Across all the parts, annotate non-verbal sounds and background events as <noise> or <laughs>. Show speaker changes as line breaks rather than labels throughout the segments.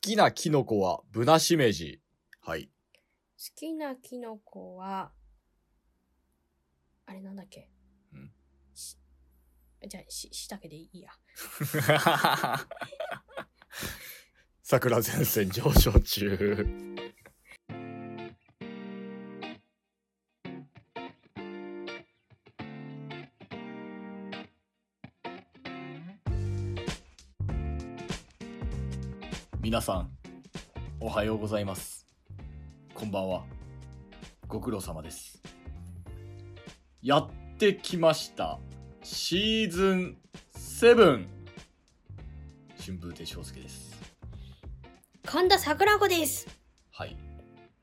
きなキノコはブナシメジ。はい。
好きなキノコは、あれなんだっけ
ん
しじゃあ、し、しいたけでいいや。
<laughs> 桜前線上昇中。皆さん、おはようございます。こんばんは。ご苦労様です。やってきました。シーズン7。春風亭昇介です。
神田桜子です
はい。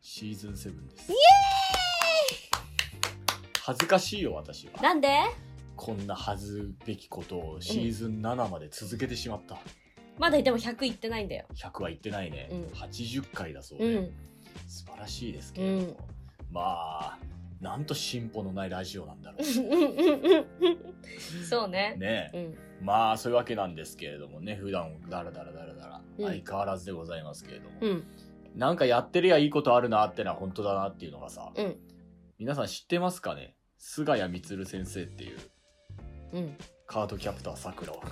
シーズン7です。恥ずかしいよ、私は。
なんで
こんな恥ずべきことをシーズン7まで続けてしまった。
まだでも100いってないんだよ。
100は言ってないね。
うん
80回だそう
う
で、
ん。
素晴らしいですけれども。
うん
まあ、なんと進歩のないラジオなんだろ
<laughs> そう <laughs> ね
う。。ね
う
え。
ん。
まあ、そういうわけなんですけれどもね。普段、だらだらだらだら、
うん
相変わらずでございますけれども。
うん。
なんかやってりゃいいことあるなってのは本当だなっていうのがさ、
うん
皆さん知ってますかね菅谷充先生っていう
うん。違う。
カードキャプターさくらは
カ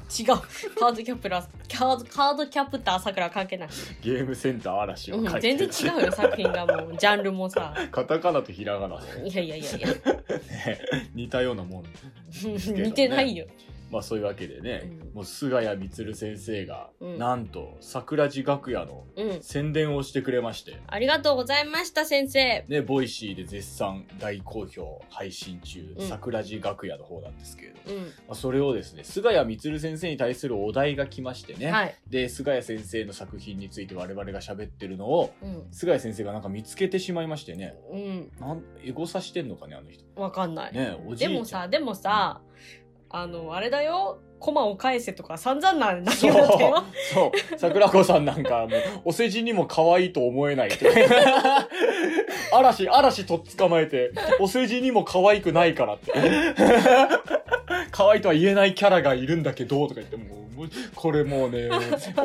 ードキャプラ、カード、カードキャプター桜関係ない。
ゲームセンター嵐を
う
書
ん、
いて
全
る、
然違うよ、作品がもう。ジャンルもさ。
<laughs> カタカナとひらがな、
いやいやいやいや。
ね、 <laughs> 似たようなもんですけどね
似てないよ。
まあそういうわけでね、
うん
もう菅谷充先生が、
うん
なんと桜地楽屋の
うん。
宣伝をしてくれまして
ありがとうございました、先生。
ね、ボイシーで絶賛大好評配信中、
うん
桜地楽屋の方なんですけれども
うん。
まあ、それをですね菅谷充先生に対するお題が来ましてね、
はい。
で菅谷先生の作品について我々が喋ってるのを
うん。
菅谷先生がなんか見つけてしまいましてね
うん。
なんエゴサしてんのかねあの人
わかんない。
ねおじ
で
い
も
ちゃ
さ、
ん
でもさ、あの、あれだよ。コマを返せとか散々な内
そう
容だったよ。
そう桜子さんなんかもうお世辞にも可愛いと思えないって嵐嵐とっ捕まえてお世辞にも可愛くないからって可愛いとは言えないキャラがいるんだけどとか言ってもうもうこれもうねもう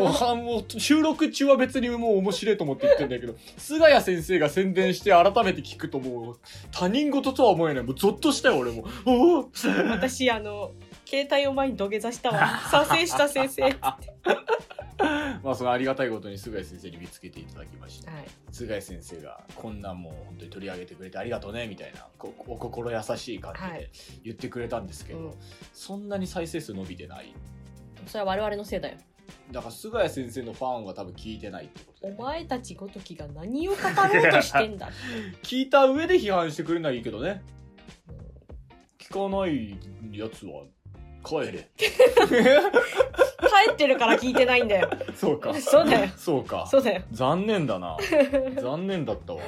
はもう収録中は別にもう面白いと思って言ってんだけど菅谷先生が宣伝して改めて聞くともう他人事とは思えないもうゾッとしたよ俺もおお
私、あの、携帯を前に土下座したわ。賛成した先
<laughs>
生。はい。
まあそのありがたいことに菅谷先生に見つけていただきました菅谷先生がこんなもう本当に取り上げてくれてありがとうねみたいなこお心優しい感じ
はい
で言ってくれたんですけど、
うん
そんなに再生数伸びてない
それは我々のせいだよ。
だから菅谷先生のファンは多分聞いてないってこと
お
だよね
前たちごときが何を語ろうとしてんだって。
聞いた上で批判してくれるのはいいけどね聞かないやつは帰
<laughs>
れ
帰ってるから聞いてないんだよ。
そうか
そうだよ
そうか
そうだよ。
残念だ
<laughs>
な残念だったわ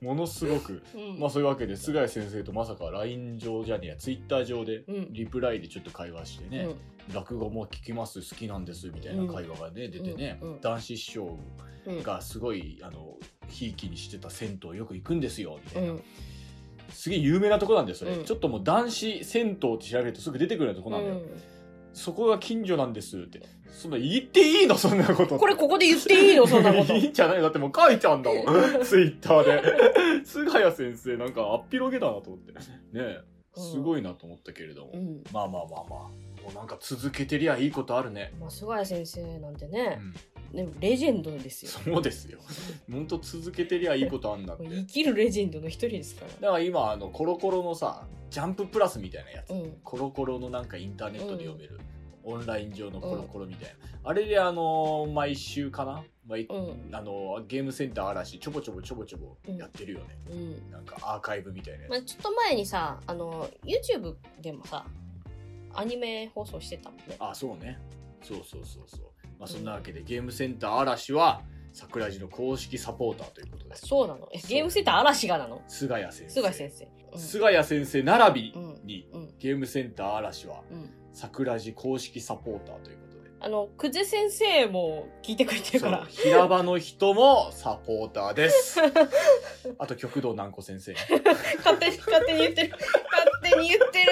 ものすごく
うん。
まあそういうわけで菅谷先生とまさか LINE 上じゃねえや Twitter 上で
うん
リプライでちょっと会話して
う
ね、落語も聞きます好きなんですみたいな会話がね、出てね、
うんうん
男子師匠
んうん
がすごいあのひいきにしてた銭湯よく行くんですよみた
う
いな、
ん。
すげえ有名なとこなんですよね、
うん
ちょっともう男子銭湯って調べるとすぐ出てくるようなとこなんだよ、そこが近所なんですってそんな言っていいのそんなこと
これここで言っていいのそんな
<laughs>
こと
い。いんじゃないだってもう書いてあんだもんツイッターで菅谷先生なんかあっぴろげだなと思ってねえすごいなと思ったけれども、
うん。
まあまあまあまあもうなんか続けてりゃいいことあるね、
まあ、菅谷先生なんて
う
ね、
ん、
でもレジェンドですよ。
そうですよほんと続けてりゃいいことあんだって
生きるレジェンドの一人ですから。
だから今あのコロコロのさジャンププラスみたいなやつ、
うん。
コロコロのなんかインターネットで読める、オンライン上のコロコロみたいな、あれであのー毎週かな毎、
うん。
あのーゲームセンター嵐ちょぼちょぼちょぼちょぼやってるよね、
うん。
なんかアーカイブみたいなやつ、
まあ、ちょっと前にさ、あの、YouTube でもさ、アニメ放送してたもんね。
あそうねそうそうそうそうまあそんなわけで、ゲームセンター嵐は桜地の公式サポーターということで
そうなの。え、ゲームセンター嵐がなの
菅谷先生
菅谷先生。
菅谷先生並び
うん
に、
うん。
ゲームセンター嵐は
うん。
桜地公式サポーターということで
あの久世先生も聞いてくれてるか
そ
ら
う平場の人もサポーターです。
<laughs>
あと極道南子先生。
勝手に勝手に言ってる勝手に言ってる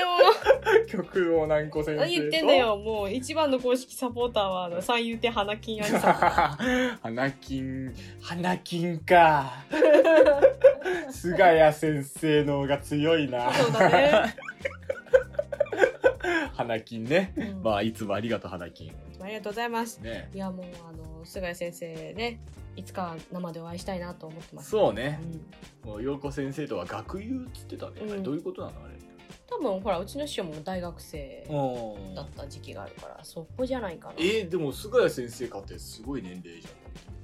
も
極道南子先生と。
う何言ってん
<laughs>
だ。よもう一番の公式サポーターはあの三遊亭花金ありさん
花金、花金
<laughs>
か。菅谷先生の方が強い
<laughs>
な。
そうだね。
花金ね。
うん
まあ、いつもありがとう、花金。
ありがとうございます
ね。
いやもうあの菅谷先生ねいつか生でお会いしたいなと思ってます
そうね
う。ん
もう、陽子先生とは学友っつってたね。
うん
あれどういうことなのあれ。
多分ほらうちの師匠も大学生
うん
だった時期があるからそこじゃないかな
えー、でも菅谷先生かってすごい年齢じ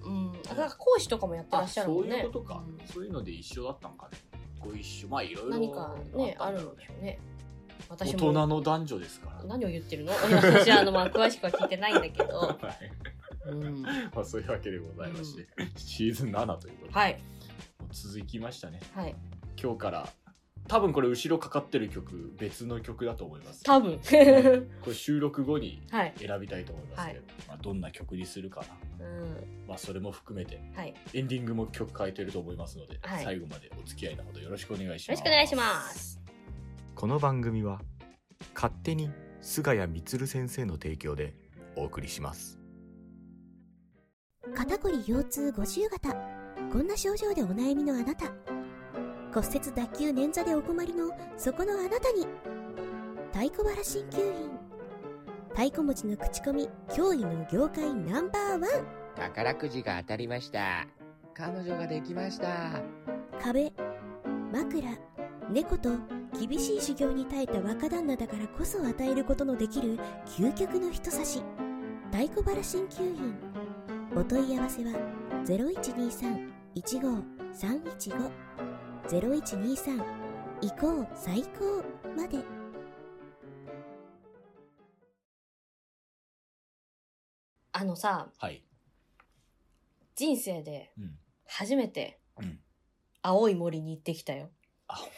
ゃん。
うんあなんか講師とかもやってらっしゃるもん
そう
ね
いうことか、そういうので一緒だったんかねご一緒まあいろ
う
い
ん
ろ
何かねあ
ったんだ
る
ろ
ん
う
でしょうね
大
私も
人の男女ですから
何を言ってるの <laughs> 私はあのまあ詳しくは聞いてないんだけど、
はい
うん、
まあそういうわけでございまして、シーズン7ということで、
はい
続きましたね
はい
今日から多分これ後ろかかってる曲別の曲だと思います
多分
これ収録後に
<laughs> はい、
選びたいと思いますけど、まあ、どんな曲にするかな
うん、
まあそれも含めて
はいよ
エンディングも曲変えてると思いますので、
はい
最後までお付き合いのほどよろしくお願いし
ろ
ま
し
す
くお願いします
この番組は勝手に菅谷充先生の提供でお送りします
肩こり腰痛五十肩こんな症状でお悩みのあなた骨折脱臼捻挫でお困りのそこのあなたに太鼓原鍼灸院太鼓持ちの口コミ驚異の業界ナンバーワン
宝くじが当たりました。彼女ができました。
壁枕猫と厳しい修行に耐えた若旦那だからこそ与えることのできる究極の人差し太鼓原鍼灸院お問い合わせは0123-15315 0123以降最高まで
あのさ
はい、
人生で
うん
初めて
うん
青い森に行ってきたよ、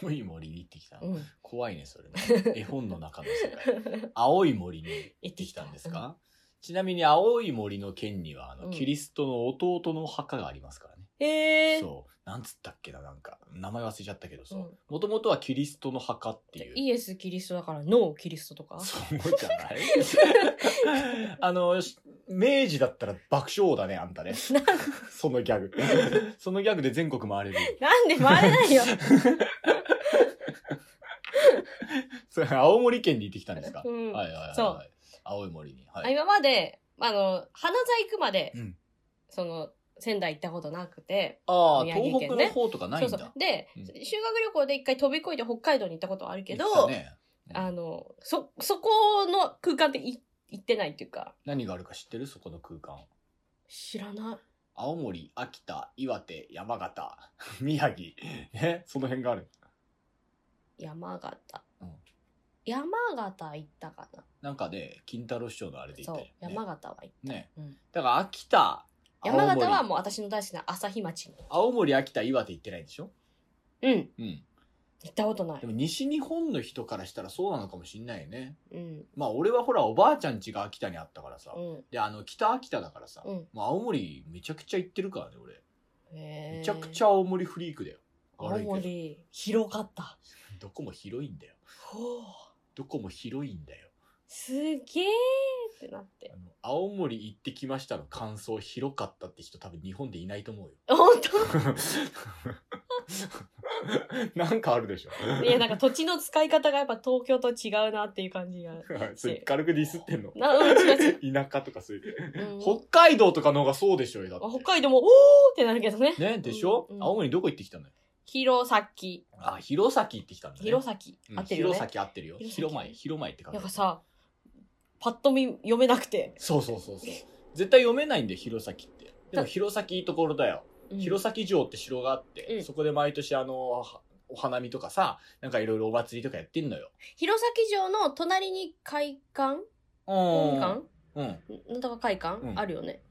青い森に行ってきた、
うん、
怖いねそれも絵本の中の世
<laughs>
界青い森に <laughs> 行
行っ
ってきたんですか、ちなみに青い森の県にはあの、
うん
キリストの弟の墓がありますからね、
<laughs> へえ
そうなんつったっけななんか名前忘れちゃったけど
うん
そうもともとはキリストの墓っていう
イエス・キリストだからノー・キリストとか
そうじゃない <laughs> あのし明治だったら爆笑王だねあん
<laughs>
たね
なん
そのギャグ <laughs> そのギャグで全国回れ
<laughs>
るよ
なんで回れ
<laughs>
ないよ
それ青森県に行ってきたんですか、
うん
はいはいはい、はい、
そう
青い森に
あ
はい
今まで、あの、花座行くまで、
うん
その、仙台行ったことなくて、
ああ、
宮城県
東北
ね
の方とかないんだ。
そうそう。で、
うん
修学旅行で一回飛び越えて北海道に行ったことあるけど
言って、たね
あの、そ、そこの空間ってい行ってないっていうか、
何があるか知ってるそこの空間。
知らな
青森、秋田、岩手、山形、 <laughs> 宮城。ね、その辺がある。
い。山形。
うん
山形行ったかな。
なんかね、金太郎市長のあれで言
そ
っ
う
たよ、ね。、
山形は行った。
ね
うん
だから秋田、
山形は
青森
もう私の大好きな朝日町に。
青森、秋田、岩手行ってないんでしょ
うん。
うん。
行ったことない
で。も西日本の人からしたらそうなのかもしんないよね。
うん。
まあ俺はほらおばあちゃん家が秋田にあったからさ。
うん。
で、あの北秋田だからさ。
うん
もう青森めちゃくちゃ行ってるからね、俺。
め
めちゃくちゃ青森フリークだよ。
青
悪いけど
森、広かった。
どこも広いんだよ。
ほう。
どこも広いんだよ。
すげーってなって
あ。の青森行ってきましたの感想広かったって人多分日本でいないと
<laughs>
思うよ。 <laughs>
本
なんかあるでしょ。
当いや、なんか土地の使い方がやっぱ東京と違うなっていう感じが。
<laughs> それ軽くディスってんの。
な、うん、違う違う。
田舎とかそういう。
うん
北海道とかの方がそうでしょうよ。だっ
あ
て
北海道も、おーってなるけどね。
ね、でしょ、
うんうん
青森どこ行ってきたのよ。
弘前。
あ、弘前行ってきたんだね。
弘前。
うん
合ってるよね。
弘前合ってるよ。
弘前
広前、広前って書く
なんかさ、パッと見読めなくて。
そうそうそうそう。絶対読めないんで、弘前って。でも弘前いいところだよ。
うん
弘前城って城があって、
うん
そこで毎年あの、はお花見とかさ、なんかいろいろお祭りとかやってんのよ。
弘前城の隣に会館本館
うん。
なんとか会館、
うん
あるよね。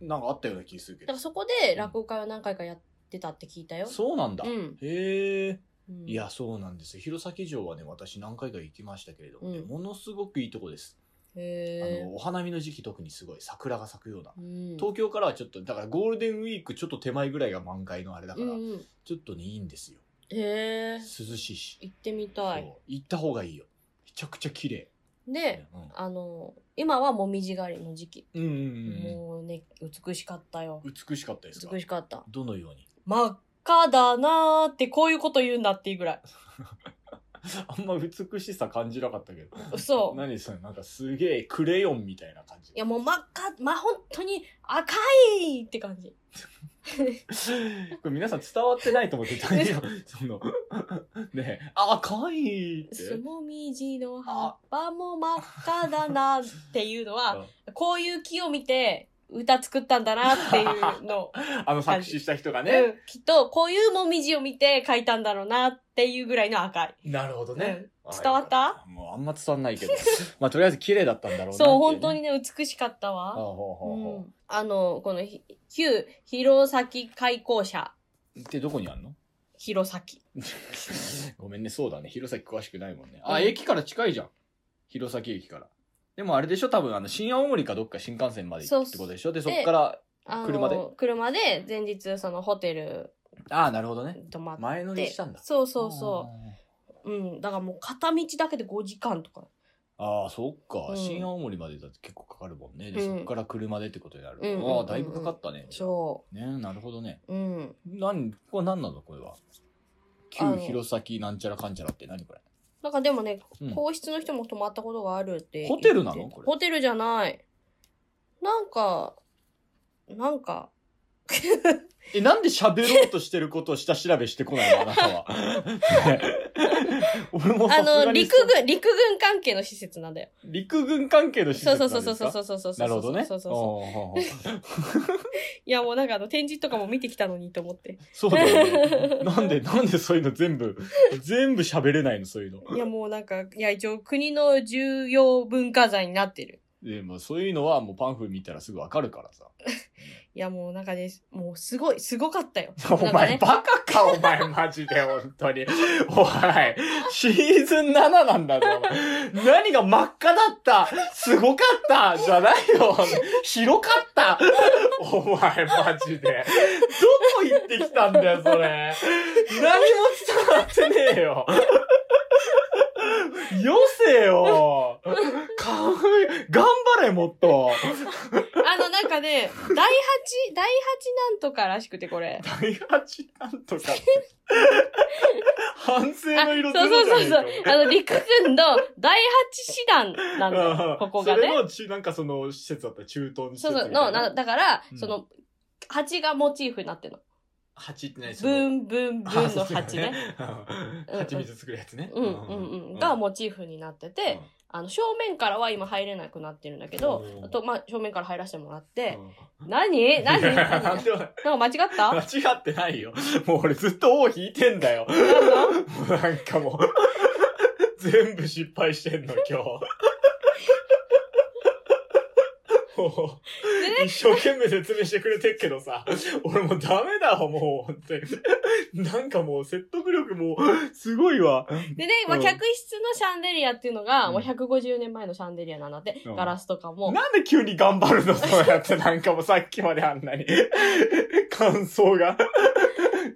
なんかあったような気するけ
だか
ど
ら。そこで落語会を何回かやってたって聞いたよ。
そうなんだ。
うん。
へえ。
うん
いや、そうなんですよ。弘前城はね、私何回か行きましたけれどもね、
うん
ものすごくいいとこです。
へ
あのお花見の時期特にすごい桜が咲くような
ーうん
東京からはちょっとだからゴールデンウィークちょっと手前ぐらいが満開のあれだから、
うんうん
ちょっとねいいんですよ
へえ
涼しいし、
行ってみたい
そう行った方がいいよめちゃくちゃ綺麗
であの今はもみじ狩りの時期、
うんうんうん
もうね美しかったよ
うん美しかったですか
美しかった
どのように <laughs>
真っ赤だなーってこういうこと言うんだっていう
<laughs>
ぐらい
あんま美しさ感じなかったけど
嘘
何それなんかすげえクレヨンみたいな感じ
いやもう真っ赤、ま、本当に赤いって感じ。
<laughs> これ皆さん伝わってないと思って大丈夫そのねえ赤いって
すもみじの葉っぱも真っ赤だなっていうのは、こういう木を見て歌作ったんだなっていうのを、
あの作詞した人が <laughs>
う
ね、
んきっとこういうもみじを見て書いたんだろうなっていうぐらいの赤い。
なるほどね、
うん伝わった
もうあんま伝わんない
<laughs>
けどまあとりあえず綺麗だったんだろうなってい
そう、
ね
本当にね、美しかった
あ
わ。
ほうほ
う
うほ
ん、あの、このひ、旧弘前開校舎、
うってどこにあんの <laughs>
弘前。
ごめんねそうだね弘前詳しくないもんね
う
あ
ん
駅から近いじゃん弘前駅からでもあれでしょ多分あの新青森かどっか新幹線まで行くってことでしょでそ
そう
っから
あの
車で
車で前日そのホテル
ああなるほどね
泊まって
前乗りしたんだ
そうそうそ
あー
う。うん。だからもう片道だけで5時間とか。
ああ、そっか、
うん
新青森までだって結構かかるもんね。で、
うん
そっから車でってことになる。
うんうんうんうん
ああ、だいぶかかったね。
そ
ねなるほどね。
う。うん。
何、ここは何なのこれは。
あ
旧
の
弘前なんちゃらかんちゃらって何これ
なんかでもね、
うん
皇室の人も泊まったことがあるって言って
ホテルなのこれ
ホテルじゃない。なんか、なんか、
え、なんで喋ろうとしてることを下調べしてこないのあなたは。ね俺も
あ
さす
の、
がに
陸
そう
軍、陸軍関係の施設なんだよ。
<laughs> 陸軍関係の施設
そ
な
うん
で
そう
す
そ
か
うそうそうそうそうそうそう。
なるほどね。
そうそうそう
うんうんうん
いやもうなんかあの展示とかも見てきたのにと思って。
そうだよね。なんで、なんでそういうの全部、全部喋れないのそういうの。
いやもうなんか、いや一応国の重要文化財になってる。
でもそういうのはもうパンフ見たらすぐわかるからさ。
いやもうなんかね、もうすごい、すごかったよ。
<laughs> お
なんか
前、
ね、
バカか、お前、マジで、本当に。おい、シーズン7なんだぞ。
<laughs>
お前何が真っ赤だった、すごかった、じゃないよ。広かった。お前、マジで。どこ行ってきたんだよ、それ。何も伝わってねえよ。よせよ。かわいい頑張れ、もっと。
あのなんかね、第8、第8なんとからしくて
<laughs>
これ。
第八なんとかって。反省の
あ、そう
色
そうそうそう。
う。
あの、陸軍の第8師団なんだ
<laughs> うん
よ、ここがね
そ。れのち、なんかその施設だったら中東の施
そう
設
そう、
みた
の、
いな
なだから、
うん
その、蜂がモチーフになってるの。
蜂ってね、
ブンブンブン
あ <laughs>
の
そうだ
蜂ね。。
うん蜂蜜作るやつね。
うんうんうん。がモチーフになってて、あの、正面からは今入れなくなってるんだけど
う、ん
あと、まあ、正面から入らせてもらっ
うん
て、
うん
何何
<laughs> いや
何
な
なんん
でもない
か間違
<laughs>
った
間違ってないよ。もう俺ずっと王引いてんだよ。もうなんかもう、全部失敗してんの、今日。もう一生懸命説明してくれてっけどさ、俺もうダメだわ、もう、本当に。なんかもう説得力もう、すごいわ。
でね、まあ、
うん
客室のシャンデリアっていうのが、
うん
もう150年前のシャンデリアなんだって、
うん
ガラスとかも。
なんで急に頑張るの、 <laughs> そうやって。なんかもうさっきまであんなに、 <laughs> 感想が。 <laughs>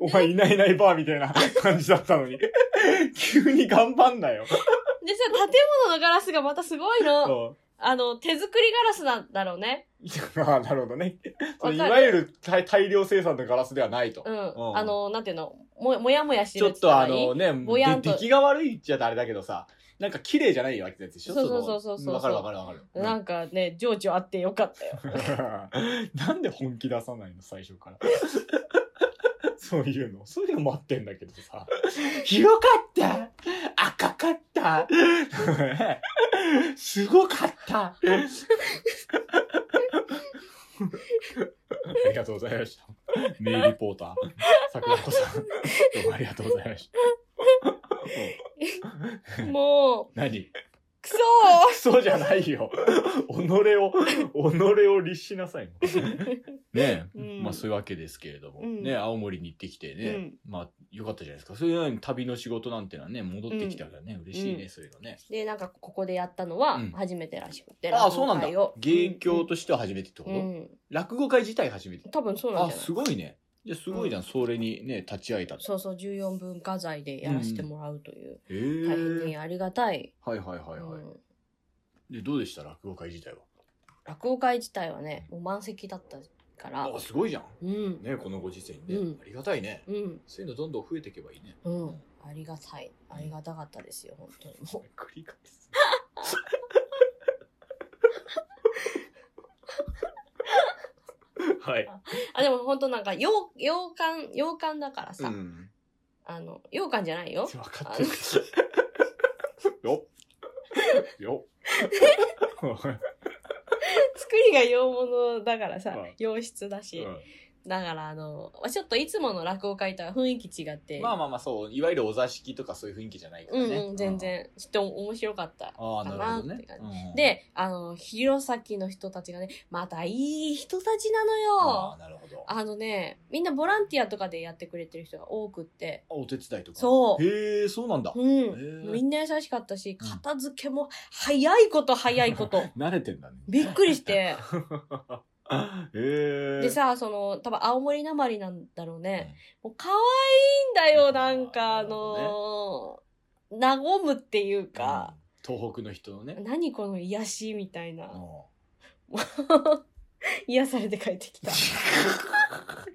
お前いないいないバーみたいな <laughs> 感じだったのに。 <laughs> 急に頑張んなよ。
でさ、建物のガラスがまたすごいの。
うん <laughs>
あの、手作りガラスなんだろうね。
いやああ、なるほどね。その
わかる
いわゆる大大量生産のガラスではないと。
うん。
うん
あの、なんていうの、も、もやもやし
ち
てる
ょ
っ
ってと
言った
あ
らいい
のね、
ぼやんと
で出来が悪いっちゃあれだけどさ、なんか綺麗じゃないわけでしょ
そうそう
の
そうそうそうん
わかるわかるわかる。
なんかね、情緒あってよかったよ。
<laughs> なんで本気出さないの最初 <laughs> から。そういうの。そういうの待ってんだけどさ。広かった赤かった <laughs> すごかったありがとうございました。名リポーター、桜子さん。どうもありがとうございました。
もう、
何
くそ
クソじゃないよ。己を、己を律しなさい。ねえ、
うん
まあ <laughs> そういうわけですけれども、
うん
ねえ青森に行ってきてね、まあよかったじゃないですか。そういうのに旅の仕事なんてのはね、戻ってきたからね、嬉しいね、
うん
そういうのね。
で、なんかここでやったのは
うん
初めてらしくて。
ああ、そうなんだ
落語。会を
芸協としては初めてってこ
う
と、
んうん。
落語会自体初めて。
多分そうなん
あ、
じゃない
すごいね。じゃあすごいじゃん、それにね、立ち会えたって。
そうそう、14文化財でやらせてもらうという、
へ
大変
え。
にありがたい、
はいはいはいはい。
うん
で、どうでした落語会自体は。
落語会自体はね、もう満席だったから、
あ、すごいじゃん。
うん、
ねえこのご時世にね、
うん
ありがたいね。
うん、
そういうのどんどん増えていけばいいね。
うん、ありがたい、ありがたかったですよ、本当に。 <laughs> も
繰り返す。はい。
うあ、でも本当なんか、洋、洋館、洋館だからさ、
ん。
あの、洋館じゃないよ。
分かってる。よっ。よっ。
<laughs> 作りが洋物だからさ
うん、
洋室だし、だからあの、まあちょっといつもの落語会とは雰囲気違って、
まあまあまあそう、いわゆるお座敷とかそういう雰囲気じゃないからね。
うんうん、全。然、ちょっと面白かった。
ああ、なるほどね
かなって感。
うん、
で、あの、弘前の人たちがね、またいい人たちなの
ああ、
よ。
なるほど。あ
あのね、みんなボランティアとかでやってくれてる人が多くって。
お手伝いとか。
そう
へえ、そうなんだ。
う
へえ
ん。みんな優しかったし、
うん
片付けも早いこと早い
<laughs>
こと。
慣れてんだね。
びっくりして。
<laughs> へえ。
でさ、その、多分青森なまりなんだろうね。もう可愛いんだよ、なんか
あー
あのー、和むっていうか、
うん、東北の人のね。
何この癒しみたいな。
うん
癒されて帰ってきた。
<laughs>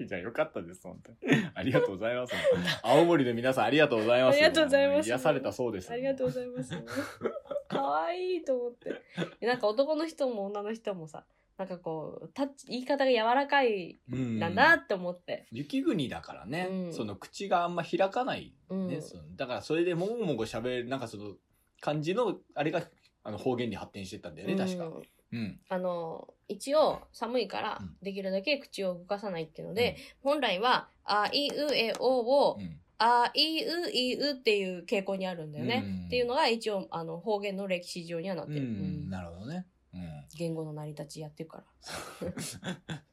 じゃあよかったです、本当に。ありがとうございます。青森の皆さんありがとうございます。
ありがとうございます
癒されたそうです。
ありがとうございます。可愛いと思って。なんか男の人も女の人もさ、なんかこう、タッチ、言い方が柔らかい
うん
んだなって思って。
雪国だからね、
うん
その口があんま開かない、
うん。
ねそのだからそれでもごもご喋る、なんかその感じの、あれがあの方言に発展してったんだよね、確か。
うん
うん。
あの、一応、寒いから
うん、
できるだけ口を動かさないっていうので、本来は、あいうえおを
う、ん、
あいういうっていう傾向にあるんだよね。
うん
っていうのが一応、あの、方言の歴史上にはなっ
う
て
ん。
る。
なるほどね。
<laughs>
うん。
言語の成り立ちやってるから。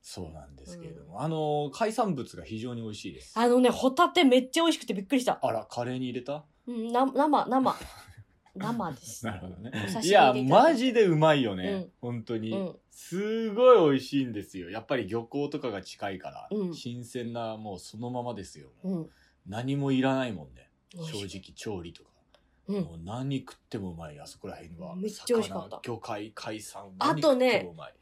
そうなんですけれども、あの、海産物が非常に美味しいです。
あのね、ホタテめっちゃ美味しくてびっくりした。
あら、カレーに入れた
うん、な
<laughs>
生、生。生です。
なるほどね
お刺身。
いや、
でいただく
マジでうまいよね。
うん
本当に、
うん
すごい美味しいんですよ。やっぱり漁港とかが近いから、
うん
新鮮な、もうそのままですよ。
うん。
何もいらないもんね。
美味
正
しい
直、調理とか。
うん
も。う何食ってもうまい、あそこら辺は。
めっちゃ美味しかった
魚魚介、海産、
あとね
何食ってもうまい。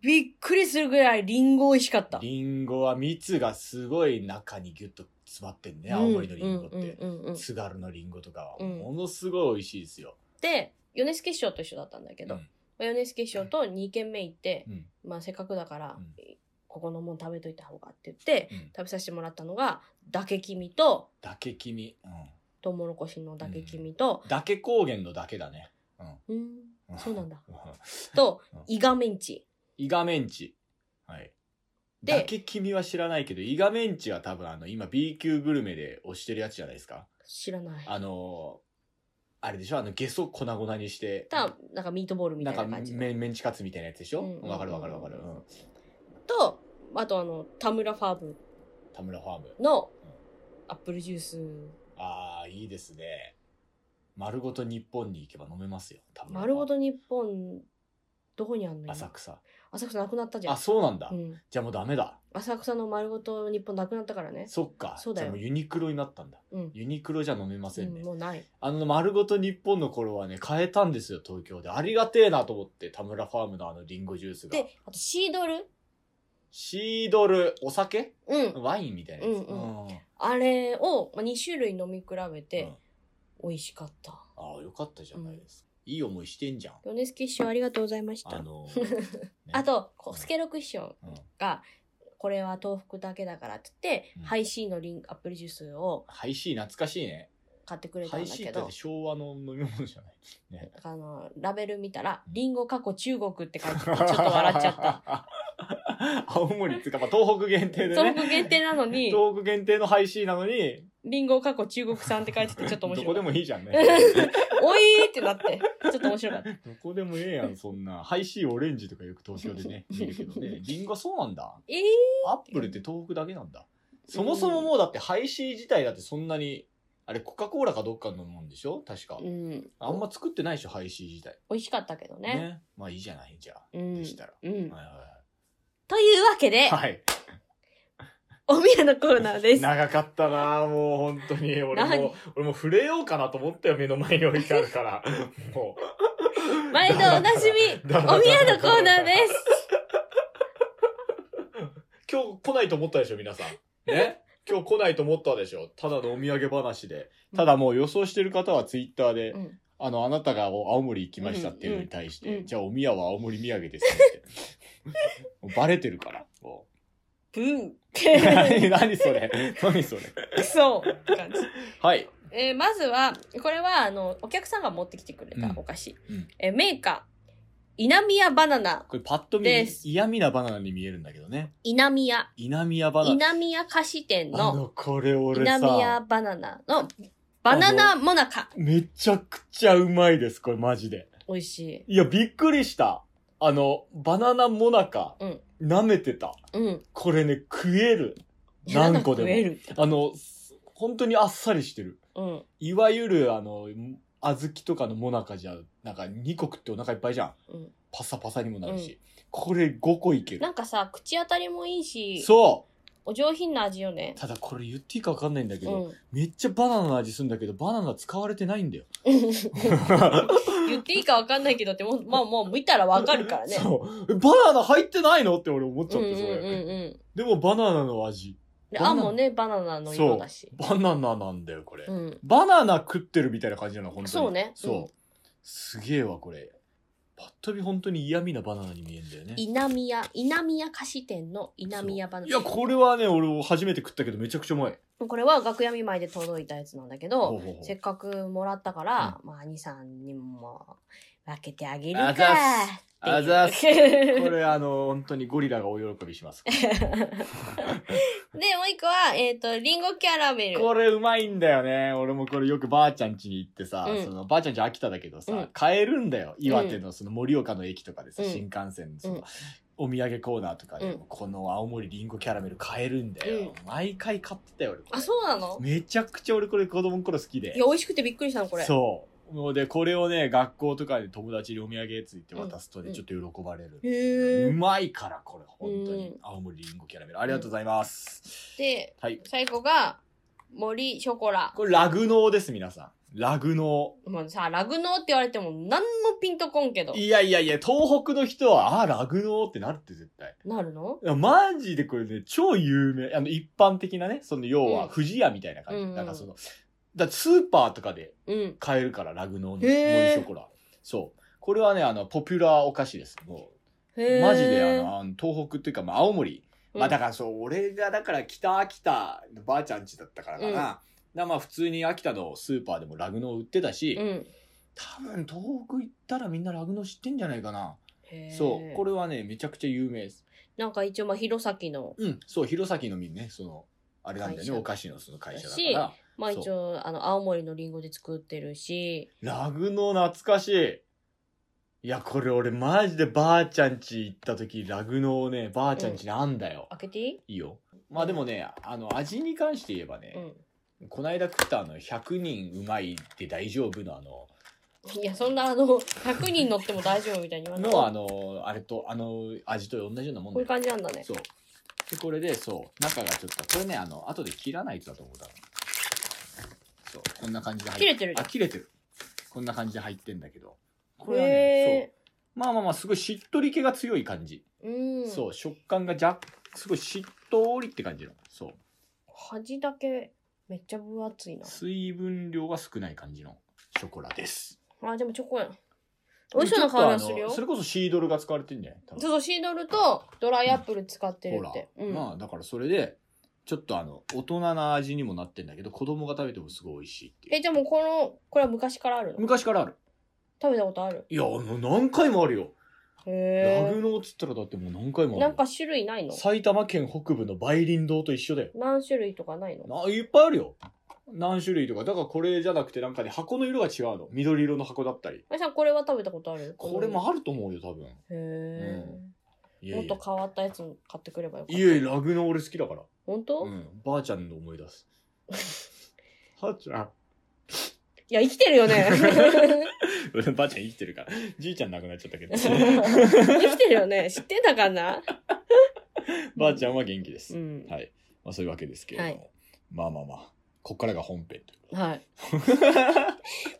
びっくりするぐらいリンゴ美味しかった。
リンゴは蜜がすごい中にギュッと詰まってんね、
うん
青森のリンゴって。
うんうんうんうん
津軽のリンゴとかは、
うん
ものすごい美味しいですよ。
で、米助師匠と一緒だったんだけど、
うん
まあ米助師匠と2軒目行って、
うん
まあせっかくだから、
うん
ここのもん食べといた方がって言って、
うん
食べさせてもらったのが、だけきみと、
だけ君。うん
とうもろこしのだけきみと、
だけ高原のだけだね。
うん、そうなんだ。
うん。
と
うん、
イガメンチ。
イガメンチ。はい。
で
だけ君は知らないけど、イガメンチは多分あの、今 B 級グルメで推してるやつじゃないですか。
知らない。
あのーあれでしょあの、ゲソ粉々にして。
た、なんかミートボールみ
なん
たい
か
な感じの。
メン、メンチカツみたいなやつでしょ
うんうんうん
わかるわかるわかる。うん。
と、あとあの、田村ファーム
田村ファーム。
の
うん
アップルジュース。
ああ、いいですね。丸ごと日本に行けば飲めますよ。田村ファーム
丸ごと日本、どこにあんの今
浅草。
浅草なくなったじゃん。
あ、そうなんだ
う。ん。
じゃあもうダメだ。
浅草の丸ごと日本なくなったからね。
そっか。
そうだよ
じゃあもうユニクロになったんだ。
うん。
ユニクロじゃ飲めません
う
ね
ん。もうない。
あの、丸ごと日本の頃はね、変えたんですよ、東京で。ありがてえなと思って、田村ファームのあのリンゴジュースが。
で、あとシードル
シードル、お酒
うん。
ワインみたいなやつ。
うんうん
うん
あれを2種類飲み比べ
うん
て、美味しかった。
ああ、よかったじゃないですか。いい思いしてんじゃん。
ヨネスケ師匠ありがとうございました。
あ
あ,、 <laughs>
のー、ね
と、こスケロク師匠
うん
が、これは東北だけだからって言って、
うん
ハイシーのリンアップルジュースを
ハイシー懐かしいね。
買ってくれた
ハ
ん
イ
だ
シー
け
ってだっ
ど
て、昭和の飲み物じゃ
<laughs>
ない。
あの、ラベル見たら、リンゴ過去中国って書いて
ち
て、ちょっと笑っちゃった。
た。 <laughs> 青森っつうか、まあ、東北限定で
東
ね。
北限定なのに、
東北限定の配信なのに、
リンゴ過去中国産って書いててちょっと
ど
面
こ
白
で
かった。
もいいじゃん
<laughs>
ね。
おいーってなって、ちょっと面白かった。
どこでもええやん、そん
<laughs>
な。ハイシーオレンジとかよく東京でね、見るけどね。リンゴそうなんだ。
えー、
アップルって東北だけなんだ。そもそももうだってハイシー自体だってそんなに、あれコカ・コーラかどっかのもんでしょ確か
う。ん。
あんま作ってないでしょ、ハイシー自体。
美味しかったけどね。
ね。まあいいじゃない、じゃあ。
うん。
でしたら。
うん。
はいはいはい
というわけで、
はい。
おみやのコーナーです。
長かったなぁもう本当に。俺も
何、
俺も触れようかなと思ったよ、目の前に置いてある
<laughs>
から。も
毎度おなじみ、おみ
だ
やの
らだら
コーナーです。
う、今日来ないと思ったでしょ、
<laughs>
皆さん。ね今日来ないと思ったでしょ。ただのお土産話で。ただもう予想してる方はツイッターで、
うん
あの、あなたが青森行きましたっていうのに対して、
うんうん
じゃあお宮は青森土産です
<laughs>
ねって。もうバレてるから。も
ブー。 <laughs>
う <laughs> 何何それ何それ
クソって感じ。
はい。
えーまずは、これは、あの、お客さんが持ってきてくれ
う
た
ん
お菓子。
うん
えーメーカー、稲宮バナナ、
これパッと見
です、
嫌味なバナナに見えるんだけどね。
稲宮、
稲宮バナナ。
稲宮菓子店
あ
の、
の、これ俺
稲宮
さ、
バナナの、バナナモナカ。
めちゃくちゃうまいです、これマジで。
美味しい。
いや、びっくりした。あの、バナナモナカ、
うん
舐めてた。
うん。
これね、食える。何個でも
食えるって
あの、す本当にあっさりしてる。
うん。
いわゆる、あの、小豆とかのモナカじゃ、なんか2個食ってお腹いっぱいじゃん。
うん
パサパサにもなるし。これ5個いける
な。んかさ、口当たりもいいし、
そ
お上品な味よね
う。。ただこれ言っていいかわかんないんだけ
う
ど、
ん。 <laughs>
めっちゃバナナの味するんだけど、バナナ使われてないんだよ。
言っていいかわかんないけどって、もうまあもう見たらわかるからね。
そう。えバナナ入ってないのって俺思っちゃ
う
っ
んうん
て、それ。
うんうん。
でもバナナの味。
で、
バナ
あんもね、バナナの色だし。
バナナなんだよ、これ。
うん。
バナナ食ってるみたいな感じなの、本当に。
そうね
そう。
うん
すげえわ、これ。パッと見本当に嫌味なバナナに見えんだよね。
稲宮、稲宮菓子店の稲宮バナ
い
ナ
や、。これはね、俺も初めて食ったけど、めちゃくちゃうまい。
これは楽屋見舞いで届いたやつなんだけど、
うほうほう
<laughs> せっかくもらったから、まあ、兄さんにも分けてあげるか
あ
って
ざ
いう。
っすあざっすこ
<laughs> で、
れ、あの、本当にゴリラがお喜びし
<laughs>
ます。
もう一個は、えっ、と、リンゴキャラメル。
これうまいんだよね。俺もこれよくばあちゃん家に行ってさ、
うん
そのばあちゃん家秋田だけどさ、
うん
買えるんだよ。岩手のその盛岡の駅とかでさ、
うん
新幹線のその、
うん
お土産コーナーとかで、
うん
この青森りんごキャラメル買えるんだよ。毎回買ってたよ、俺これ
あ、そうなの
めちゃくちゃ俺これ子供の頃好きで
いや、。美味しくてびっくりしたの、これ。
そう。もうで、これをね、学校とかで友達にお土産ついて渡すと
う
ね、
ん
ちょっと喜ばれる。
へ
う
ー
まいから、これ、本当
う
に
ん。
青森りんごキャラメル。ありがとうございます。
で、
はい。
最後が、森ショコラ。
これ、ラグノーです、皆さん。ラグノー。
もうさ、ラグノーって言われても何もピンとこんけど。
いやいやいや、東北の人は、ああ、ラグノーってなるって絶対。
なるの
いやマジでこれね、超有名。あの、一般的なね、その、要
う
は、
ん
富士屋みたいな感じ。
うんうん
なんかその、だってスーパーとかで
うん。
買えるから、ラグノーの森シ
へー
ョコラ。そう。これはね、あの、ポピュラーお菓子です。も
へ
う、
ー
マジで、あの、あの東北っていうか、まあ、青森。
うん
まあ、だからそう、俺が、だから、北秋田のばあちゃん家だったからかな。
うん
だからまあ、普通に秋田のスーパーでもラグノー売ってたし、
うん。
多分、東北行ったらみんなラグノー知ってんじゃないかな。
へー
そう。これはね、めちゃくちゃ有名です。
なんか一応、まあ、弘前の、
うん。そう、弘前のみね、その、あれなんだよ
会
ね、
社
お菓子のその会社だか
し
ら。
まあ
そう
一応、あの、青森のリンゴで作ってるし、
ラグの懐かしい。いや、これ俺マジでばあちゃん家行った時、ラグのをね、ばあちゃん家にあんだよ。
開けていい
いいよ。まあでもね、あの、味に関して言えば
う
ね、
ん。
こないだ食ったあの、100人うまいって大丈夫のあの、
いや、そんな、あの、100人乗っても大丈夫みたいに
<laughs>
言わない。
のあの、あれと、あの、味と同じようなもん
こう
だ
い
よ。
う感じなんだね。
そう。で、これで、そう、中がちょっと、これね、あの、後で切らないとだと思うだろう。そう、こんな感じで入っ
切れてるじゃ
あ、
ん。
切れてる。こんな感じで入ってんだけど。これはね
へ、
そう。まあまあまあ、すごいしっとり気が強い感じ。
え。うん。
そう、食感が若すごいしっとりって感じの。そう。
端だけ、めっちゃ分厚いな。
水分量が少ない感じのショコラです。
あ、でもチョコやん。美味しそうな香りがす
ちょ
る
っとあ
よ。
のそ
そう
れこそシードルが使われてんじゃない多分
そう、シードルとドライアップル使って
ほ
る
ら
って。。うん。
まあ、だからそれで、ちょっとあの、大人な味にもなってんだけど、子供が食べてもすごい美味しいってい
え、
う。
じゃあもうこの、これは昔からあるの
昔からある。
食べたことある
いや、あの、何回もあるよ。ラ
へ
グノーっつったらだってもう何回もあ
え。
る
なんか種類ないの
埼玉県北部の梅林堂と一緒だよ
何種類とかないの
ないっぱいあるよ何種類とかだからこれじゃなくてなんかね箱の色が違うの緑色の箱だったり
あいさん、これは食べたことある
これもあると思うよ多分
へえ、
いや
もっ
いや
と変わったやつ買ってくればよかった。
いやいやラグノー俺好きだから
本当、
う
い
んばあちゃんの思い出すばあちゃん <laughs>
や、生きてるよね。
俺ばあちゃん生きてるからじいちゃん亡くなっちゃ
<laughs>
ったけど
生きてるよね。知ってたかな
ばあちゃんは元気です、
うん。
はいまあ、そういうわけですけれども、
はい
まあまあまあこっからが本編と
<laughs>
いう
はい。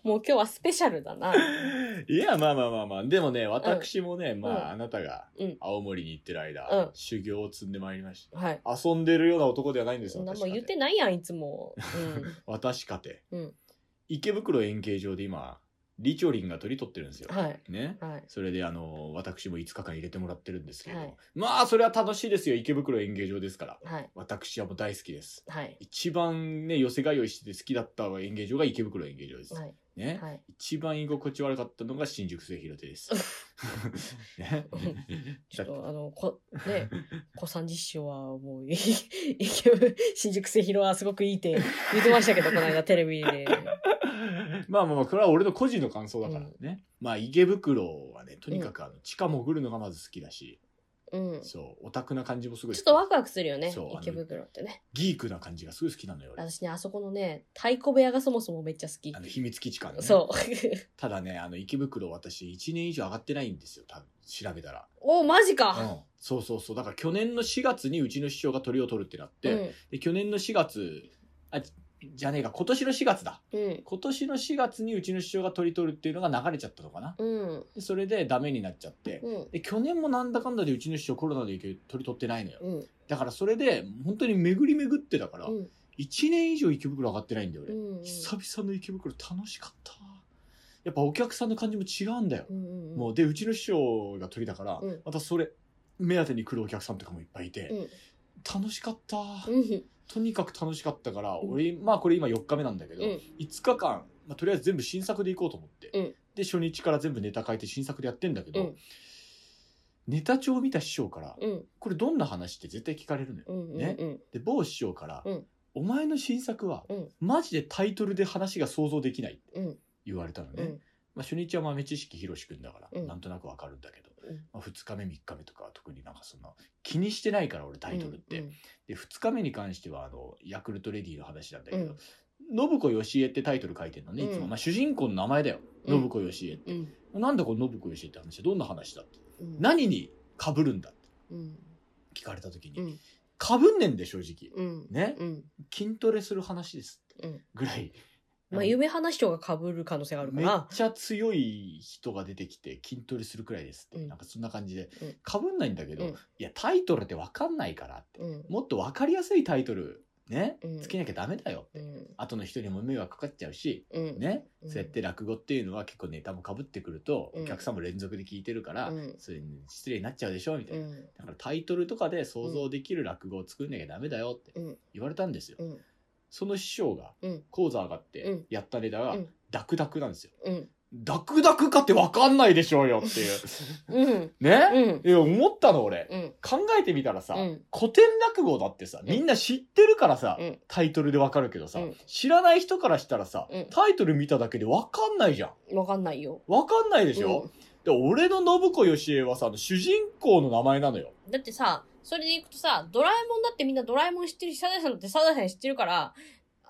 もう今日はスペシャルだな。
いや、まあまあまあまあ。でもね、私もね、まあ、
うん
あなたが
うん
青森に行ってる間、
うん
修行を積んでまいりました。
はい。
遊んでるような男ではないんです
そ
よ。
んな
私
も
か
ん
て
言ってないやん、いつも。
私かて。
うん。うん。
池袋円形場で今、リチョリンが取り取ってるんですよ。
はい。
ね。
はい。
それで、あの、私も5日間入れてもらってるんですけれども、
はい
まあ、それは楽しいですよ。池袋演芸場ですから。
はい。
私はもう大好きです。
はい。
一番ね、寄せ通いしてて好きだった演芸場が池袋演芸場です。
はい。
ね。
はい。
一番居心地悪かったのが新宿末広手
<laughs>
です。ね <laughs>
ちょっとあの、こ、ね、小三実証はもう、い新宿末広はすごくいいって言ってましたけど、この間テレビで。
<laughs> まあまあまあ、これは俺の個人の感想だからね。まあ、池袋はね、とにかくあの地下潜るのがまず好きだし、
うん。ち
そう、オタクな感じもすごい
ょ
好
っ
き
とワクワクするよね
そうあの、
池袋ってね。
ギークな感じがすごい好きなのよ、俺。
私ね、あそこのね、太鼓部屋がそもそもめっちゃ好き <laughs>
あ。の秘密基地感ね。
そう。 <laughs>
ただね、あの池袋私1年以上上がってないんですよ、多分調べたら。
お、マジ
う
か。
ん。そうそうそう。だから去年の4月にうちの市長が鳥を取るってなって、で、去年の4月、あ、じゃねえか、今年の4月だ。
うん。うん。
今年の4月にうちの市長が取り取るっていうのが流れちゃったのかな。
うん。
でそれでダメになっちゃって。
うん。
で、去年もなんだかんだでうちの市長コロナで取り取ってないのよ。
うん。
だからそれで、本当に巡り巡ってだから、
う
1
ん。
年以上池袋上がってないんだよ、
う
俺。
ん。
久々の池袋楽しかった。やっぱお客さんの感じも違うんだよ。
うん。
もう、で、うちの市長が取りだから、
うん
またそれ、目当てに来るお客さんとかもいっぱいいて、
うん
楽しかった。
うん。
とにかく楽しかったから、
うん
俺、まあこれ今4日目なんだけど、
うん
5日間、まあ、とりあえず全部新作で行こうと思って、
うん
で、初日から全部ネタ書いて新作でやってんだけど、
うん
ネタ帳を見た師匠から、
うん。
これどんな話って絶対聞かれるのよ。
うん。うん。
で、某師匠から、
うん
お前の新作は、
うん
マジでタイトルで話が想像できないって
うん。
言われたのね。
うん。
まあ、初日は豆知識ひろしくんだから、
うん
なんとなくわかるんだけど、
うん
まあ、2日目3日目とかは特になんかそんな気にしてないから俺タイトルって、で2日目に関してはあのヤクルトレディの話なんだけど、信子よしえってタイトル書いてるのね、いつ
う
も、
ん
まあ、主人公の名前だよ、
うん
信子よしえって、
うん。
なんだこの信子よしえって話どんな話だって
うん。
何にかぶるんだって
うん。
聞かれた時
う
に
ん。
かぶんねんで正直、
うん。
ね
うん。
筋トレする話ですって、
うん
ぐらい
まあ、夢話長が被る可能性があるか
めっ
ら。
ちゃ強い人が出てきて筋トレするくらいですって、
うん
なんかそんな感じで
うん
かぶんないんだけど、
うん
いやタイトルって分かんないからって
うん。
もっと分かりやすいタイトルね
うん
つけなきゃダメだよ
うん。
後の人にも迷惑かかっちゃうし
うん。。
ね、
うん
そうやって落語っていうのは結構ネタもかぶってくると、
うん
お客さんも連続で聞いてるから、
うん
それに失礼になっちゃうでしょみたいうな、
ん。
だからタイトルとかで想像できる落語を作んなきゃダメだよって
うん
言われたんですよ、
うん。
その師匠が
うん
講座上がっ
う
て
ん
やったネタが
うん
ダクダクなんですよ
うん。
ダクダクかって分かんないでしょうよって
<laughs>
いう。
うん。
ね、
うん。
いや、思ったの俺。
うん。
考えてみたらさ、
うん
古典落語だってさ、
うん
みんな知ってるからさ、
うん
タイトルで分かるけどさ、
うん
知らない人からしたらさ、
うん
タイトル見ただけで分かんないじゃん。
わかんないよ。
分かんないでし
う
ょ、で、俺の信子よしえはさ、あの主人公の名前なのよ。
だってさ、それでいくとさ、ドラえもんだってみんなドラえもん知ってるし、サザエさんだってサザエさん知ってるから、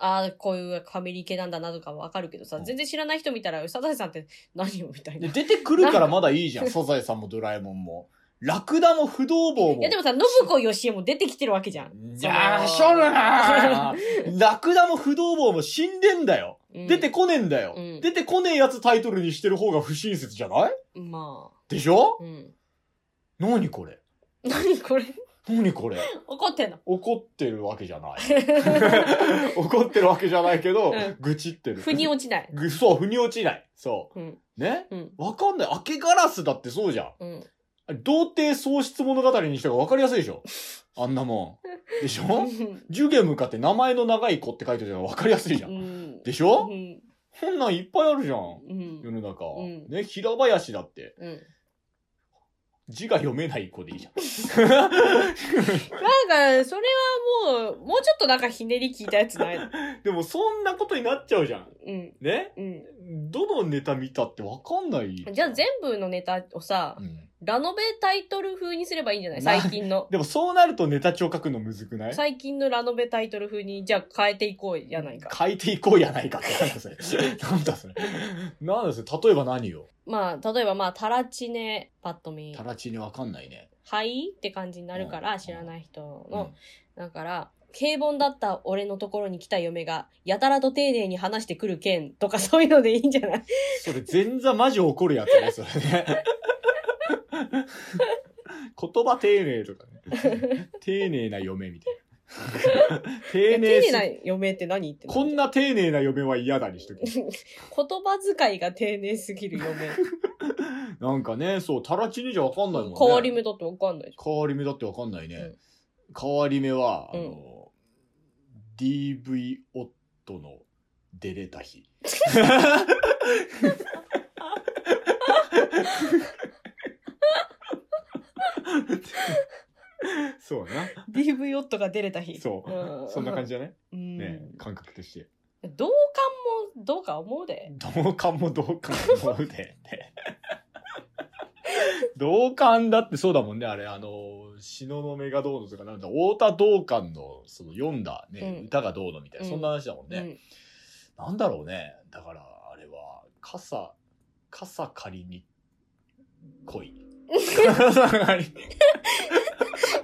ああ、こういうファミリー系なんだなとかわかるけどさ、
うん
全然知らない人見たら、サザエさんって何よみたいな。
で、
い
出てくるからまだいいじゃん。サザエさんもドラえもんも。ラクダも不動坊も。
やでもさ、信子よしえも出てきてるわけじゃん。
いやー、しょうがな
出
いラクダも不動坊も死んでんだよ。出てこねえんだよ、
うん
出てこねえやつタイトルにしてる方が不親切じゃない
ま
でしょ
あ、うん。
何これ
何これ
何これ
怒って
<laughs>
んの
怒ってるわけじゃない
<laughs>
怒ってるわけじゃないけど、
うん
愚痴ってる
腑に落ちない。
ぐそう、腑に落ちない。そ
うん。
う。ね
うん。
わかんない。明けガラスだってそうじゃん。
うん。
あれ童貞喪失物語にした方がわかりやすいでしょあんなもん。でし
う
ょ
ん。
ジュゲムかって名前の長い子って書いてるからわかりやすいじゃ。
うんん。
でし
う
ょ
ん。
こんなんいっぱいあるじゃん。
うん
世の中。
うん
ね、平林だって。
うん。
字が読めない子でいいじゃん。 <laughs>
なんか、それはもう、もうちょっとなんかひねり聞いたやつないの
でもそんなことになっち <laughs> ゃうじゃん。
うん。
ね
う
どのネタ見たってわかんない。
ん。じゃあ全部のネタをさ
う、ん
ラノベタイトル風にすればいいんじゃない
な
最近の。
でもそうなるとネタ帳書くのむずくない
最近のラノベタイトル風に、じゃあ変えていこうやないか。
書いていこうやないかってなんだそれ。 <laughs> なんだそれ。なんだそれ。例えば何よ。
まあ、例えばまあ、タラチネ、パッと見
タ、ラチネわかんないね。
はいって感じになるか
う
ら、
ん
知らない人
うん
の。だから、平凡だった俺のところに来た嫁が、やたらと丁寧に話してくる件とかそういうのでいいんじゃない
それ前座魔女怒るやつね、それね。 <laughs> 言葉丁寧とかね。丁寧な嫁みたいな。丁寧
丁寧
す
な嫁って何ってなる
こんな丁寧な嫁は嫌だにしと
<laughs>
き。
言葉遣いが丁寧すぎ
<laughs>
る嫁。
なんかね、そう、タラチネじゃわかんないもんね。
変わり目だってわかんないじ
変わり目だってわかんないね。変わり目は、あ
うん
の、DV 夫の出れた日。 <laughs> そうやな。 <laughs>
ゃん。DV 夫が出れた日。
そう。そんな感じ
じ。
じゃない
うん
ね、感覚として。
同感もどうか思うで。
同感も同感も思うで。同感だってそうだもんね、あれ、あの、東雲がどうのとか、なんだ、太田道館の、その、読んだね、
うん
歌がどうのみたいな、
うん
そんな話だもん
う
ね。
ん
なんだろうね。だから、あれは、傘、傘借りに、来
<laughs>
い。 <laughs> 傘借りに、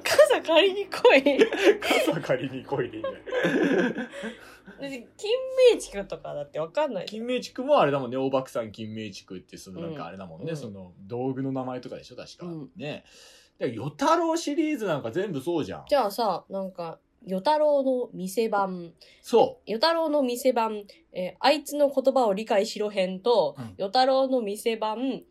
傘借りに来い。 <laughs>
傘借りに来いでいいんだよ。
金明地区とかだってわかんない。
金明地区もあれだもんね大漠さん金明地区ってそのなんかあれだもんね、
うん
その道具の名前とかでしょ確か、
うん
ねで与太郎シリーズなんか全部そうじゃん
じゃあさ、なんか、与太郎の店番、
そ
与太郎の店番、えーあいつの言葉を理解しろ編と、
うん
与太郎の店番、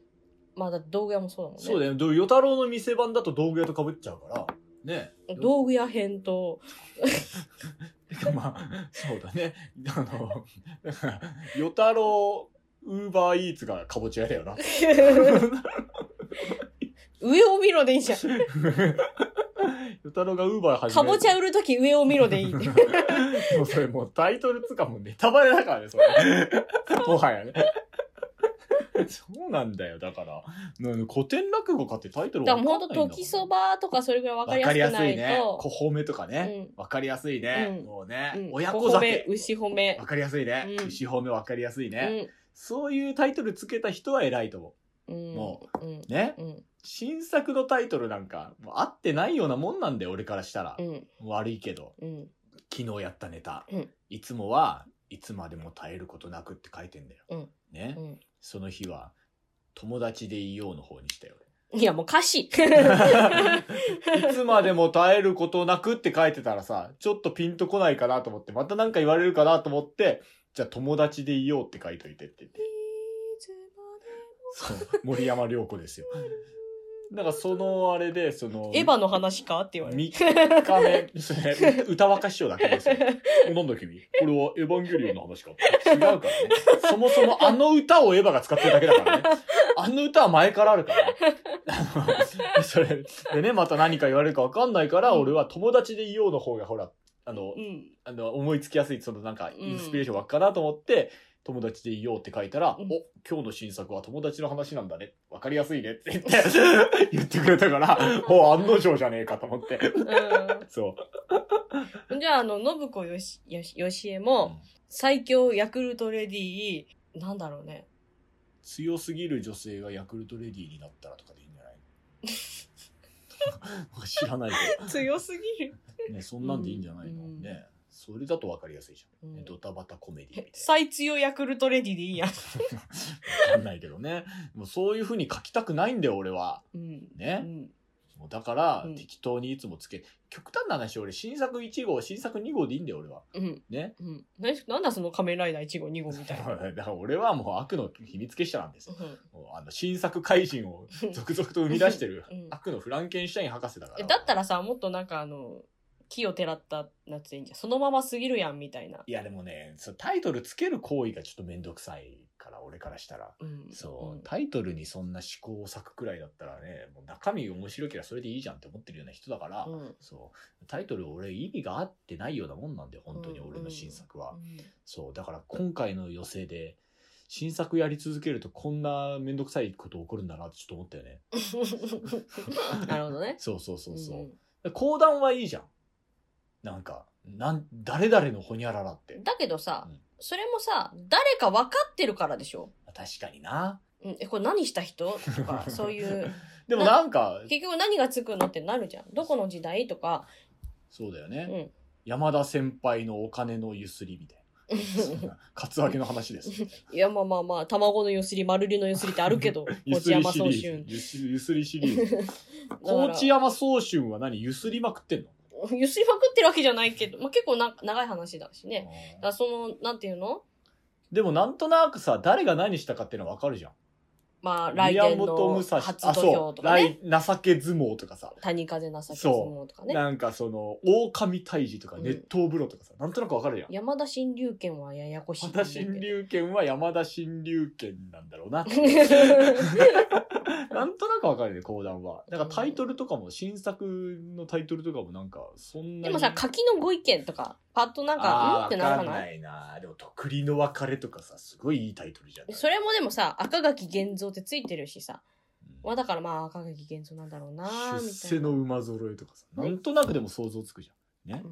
まあだって道具屋もそうだもん
う
ね。
そうだよど与太郎の店番だと道具屋とかぶっちゃうからね
道具屋編と、
<laughs> まあそうだねあの <laughs> だから与太郎ウーバーイーツがかぼちゃ屋だよな <laughs>
上を見ろでいいじゃん。
与太郎がウーバー始
か
め
ぼちゃ売るとき上を見ろでい
<laughs>
い。
もうそれもうタイトルつうかもうネタバレだからね、それ。
<laughs>
もはやね。そうなんだよ、だから。なん古典落語家ってタイトル
だ
わ
か
からんない
ほ
んだ
んと時そばとかそれぐらいわ
わ
か
か
り
りや
やすく
す
ない
いね。
と。
小褒めとかね。わかりやすいね。
うん
もうね、
うん
親子酒。
牛褒め
わ。かりやすいね。
うん
牛褒めわかりやすいね、
牛
そういうタイトルつけた人は偉いと思
褒め。
も
うん。うん。
う。ね。
うん。
新作のタイトルなんか、もう合ってないようなもんなんだよ、俺からしたら。
うん。
悪いけど。
うん。
昨日やったネタ、
うん
いつもはいつまでも耐えることなくって書いてんだよ。
うん
ね、その日は友達でいようの方にした
<laughs>
よ。
うん。いや、もう
<laughs>
歌詞。
俺いつまでも耐えることなくって書いてたらさ、ちょっとピンとこないかなと思って、またなんか言われるかなと思って、じゃあ友達でいようって書いといてって言って。そう、森山良子ですよ。なんかそのあれで、その、
エヴァの話かって言われる。
3日目、それ、歌若師匠だけ
<laughs>
ですよ。なんだ君これはエヴァンゲリオンの話か違うからね。そもそもあの歌をエヴァが使ってるだけだからね。
<laughs>
あの歌は前からあるからね。あのそれ、でね、また何か言われるかわかんないから、
うん
俺は友達でいようの方がほら、あの
う、ん。
あの思いつきやすい、そのなんか、
うん
インスピレーション湧くかなと思って、友達でいようって書いたら、
うん
お、今日の新作は友達の話なんだね。わかりやすいねって言って、言って <laughs> くれたから、お、案の定じゃねえかと思って。そう。
うん。じゃあ、あの、信子よし、よし、よしえも、最強ヤクルトレディー、なんだろうね。
強すぎる女性がヤクルトレディーになったらとかでいいんじゃない <laughs> の知らないけ
強すぎる。
ど、ね、そんなんでいいんじゃないの、
うん
ねそれだと分かりやすいじゃん、ね
うん
ドタバタコメディみたい
<laughs> 最強ヤクルトレディーでいいやん。
なわかんないけどねもうそういうふうに書きたくないんだよ俺は
うん。う
ね、
ん。
もうだから
うん
適当にいつもつけ、極端な話俺新作1号新作2号でいいんだよ俺は
うん。
ね <laughs>
うん。何なんだその仮面ライダー1号2号みた
だ
い
<laughs>
な。
から俺はもう悪の秘密結社なんですよ
うん
もうあの新作怪人を続々と生み出してる
うん
悪のフランケンシュタイン博士だから
えだったらさ、もっとなんかあの、木をてらったやつでいいんじゃん。そのまますぎるやん、みたいな。
いやでもね、そうタイトルつける行為がちょっとめんどくさいから、俺からしたら。
うん。
そう、
ん
タイトルにそんな思考を割くくらいだったらね、もう中身面白ければそれでいいじゃんって思ってるような人だから、 <laughs>
うん。
そう、タイトル俺意味があってないようなもんなんで、本当に俺の新作は。そう、だから今回の寄せで、新作やり続けるとこんなめんどくさいこと起こるんだなってちょっと思った
<laughs>
よね。
うんなるほどね。
そうそうそうそう。
う
講談はいいじゃん。なんか、なん、誰々のほにゃららって
ん。だけどさ
うん、
それもさ、誰か分かってるからでしょ。
確かにな。
うんえ、これ何した人
<laughs>
とか、そういう、
でもなんか、
結局何がつくのってなるじゃん。どこの時代とか、
そうだよ
う
ね。
ん。
山田先輩のお金のゆすりみたいな。そんなカツアゲの話
<laughs>
です。
いや、まあまあまあ、卵のゆすり、丸流のゆすりってあるけど、
<laughs> ゆ
持
すり
山
シ
総
リ
春
ー。ズ。ゆすゆすりシリーズ。
<laughs> だから
高知山総春は何ゆすりまくってんの
ゆすりまくってるわけじゃないけど、まあ結構な長い話だしね。だからその、なんていうの
でもなんとなくさ、誰が何したかっていうのはわかるじゃん。
まあ、来年の初土
あ、
俵
そ
と
う。
かね。
来、情け相撲とかさ。
谷風情け相撲とかね。
なんかその、狼退治とか
うん
熱湯風呂とかさ、なんとなくわかるじゃん。
山田新龍拳はややこしい
山
んだ
田
けど。
新龍拳は山田新龍拳なんだろうなって。 <laughs> なんとなくわかるね、講談は。だからタイトルとかも、新作のタイトルとかもなんか、そんなに。
でもさ、柿のご意見とか、パッとなんか、
あー
うんってなら
わかん
な
ないいなでも、とくりの別れとかさ、すごいいいタイトルじゃない
それもでもさ、赤垣源蔵ってついてるしさ。
うん
まあだからまあ赤垣源蔵なんだろうなー
出
みたい
世
な
の。馬揃えとかさ、なんとなくでも想像つくじゃん。ね。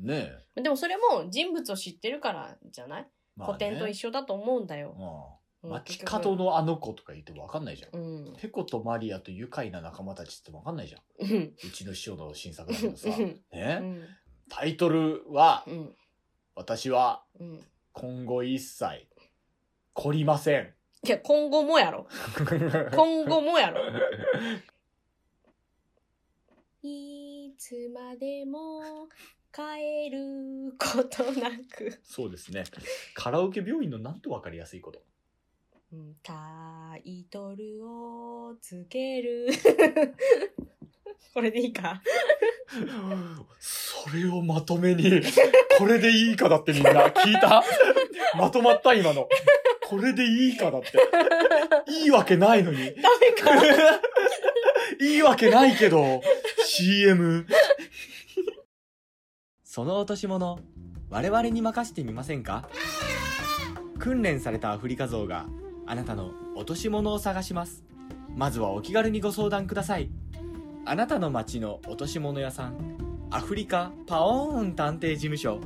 ねえ。
うんでもそれも人物を知ってるからじゃない
まあね
古典と一緒だと思うんだよ。
う。
うんん
街角。のあの子とか言ってもわかんないじゃん。
うん。
ペコとマリアと愉快な仲間たちってわかんないじゃん。
うん。
うちの師匠の新作だけどさ
う。ん。う
ね。
ん。
タイトルは
う、ん。
私は
うん。
今後一切懲りません。
いや、今後も
<laughs>
やろ。今後もやろ。いつまでも帰ることなく。
そうですね。カラオケ病院のなんとわかりやすいこと。
うんタイトルをつけ
<laughs>
る。これでいいか
それをまとめに、これでいいかだってみんな聞いた <laughs> まとまった今の。これでいいかだって。いいわけないのに。
ダメか。
<laughs>
いいわけないけど、CM。
その落とし物我々に任せてみませんか訓練されたアフリカ像があなたの落とし物を探しますまずはお気軽にご相談くださいあなたの町の落とし物屋さんアフリカパオーン探偵事務所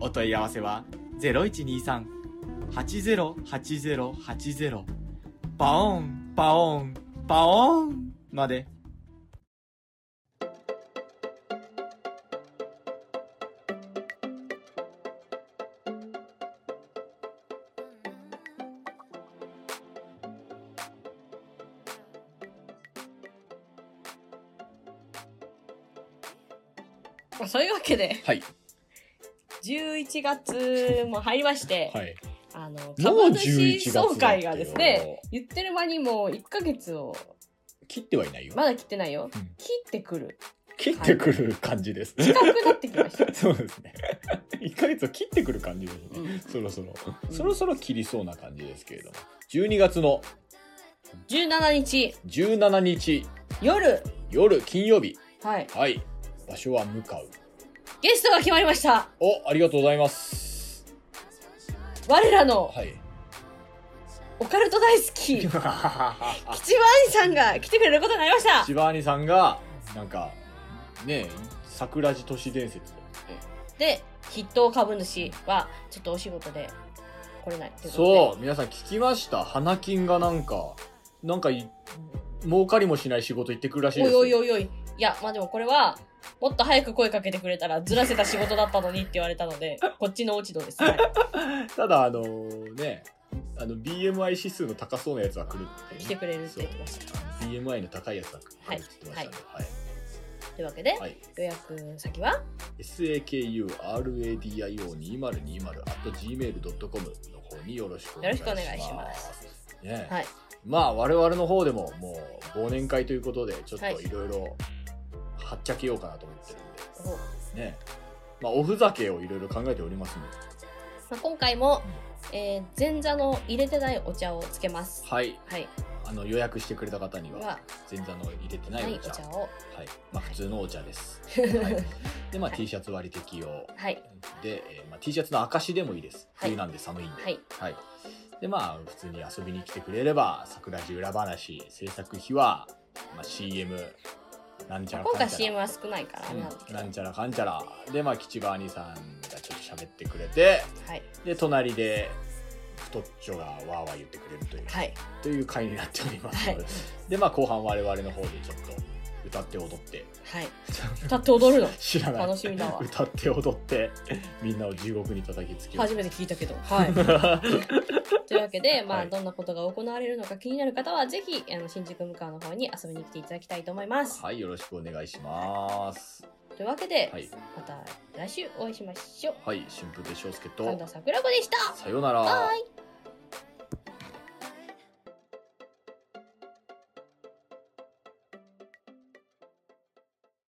お問い合わせは0123-808080パオーンパオーンパオーンまで
まあそういうわけで、
はい
11月も入りまして、
はい。
あの、
もう
株
11
主
月
総会がですね、。言ってる間にもう1ヶ月を、
切ってはいないよ。
まだ切ってないよ。
うん
切ってくる。
切ってくる感じです。
近くなってきまし
<laughs>
た。
そうですね。1ヶ月を切ってくる感じですね。
うん
そろそろ、そろそろ切りそうな感じですけれども。12月の
17日
17日
夜、
夜金曜日。
はい、
はい。場所は向かう。
ゲストが決まりました。
お、ありがとうございます。
我らの <laughs>
はい。
オカルト大好き、吉番さんが来てくれることになりました。
千葉兄さんが、なんか、ねえ、桜地都市伝説。
で、筆頭株主は、ちょっとお仕事で来れないっていうことで。
そう、皆さん聞きました花金がなんか、なんかい、儲かりもしない仕事行ってくるらしい
お
です
い
よ。
おいおいおい。いや、まあでもこれは、もっと早く声かけてくれたらずらせた仕事だったのにって言われたので、
<laughs>
こっちの落ち度です。はい
ただ、あのね、あの、BMI 指数の高そうなやつは来るって、
来てくれるって言ってました。
た。BMI の高いやつは来るって言ってましたね。はい。
というわけで、
はい。
予約先は
sakuradio2020.gmail.com の方によろしくお願いします。
よろしくお願いします
ねえ
はい
まあ我々の方でももう忘年会ということでちょっといろいろはっちゃけようかなと思ってるんで、
お
ですね。まあ、おふざけをいろいろ考えておりますので。
まあ、今回も、えー前座の入れてないお茶をつけます。
はい。
はい。
あの、予約してくれた方には、
は、
前座の入れてな
はいい
お、
お
茶。
茶
はい。
を。
まあ、普通のお茶
<laughs>
です。はい。で、まあ、T シャツ割り適用。
はい。
で、えーまあ、T シャツの証でもいいです。
はい
冬なんで寒いんで。
はい。
で、まあ、普通に遊びに来てくれれば、桜地裏話、制作費は、まあ、CM、なんちゃら
今
かん
回
ちゃ
CM
ら。
は少ないからあれなんだ
う
け
ん、
ど。
なんちゃらかんちゃら。で、まあ、吉川兄さんがちょっと喋ってくれて、
はい。
で、隣で、太っちょがわーわー言ってくれるという、
はい。
という回になっておりますので、
は
で、まあ、後半我々の方でちょっと歌って踊って、 <laughs>
はい。歌って踊るの。
知らない。
楽しみだわ
歌って踊って、みんなを地獄に叩きつける
初めて聞いたけど。はい。というわけで、まあ、
はい
どんなことが行われるのか気になる方は、ぜひ、あの、新宿向川の方に遊びに来ていただきたいと思います。
はい、よろしくお願いします。
というわけで、
はい、
また来週お会いしましょう。
はい、春風亭昇介
神
と
田、桜子でした
さようなら。
バイ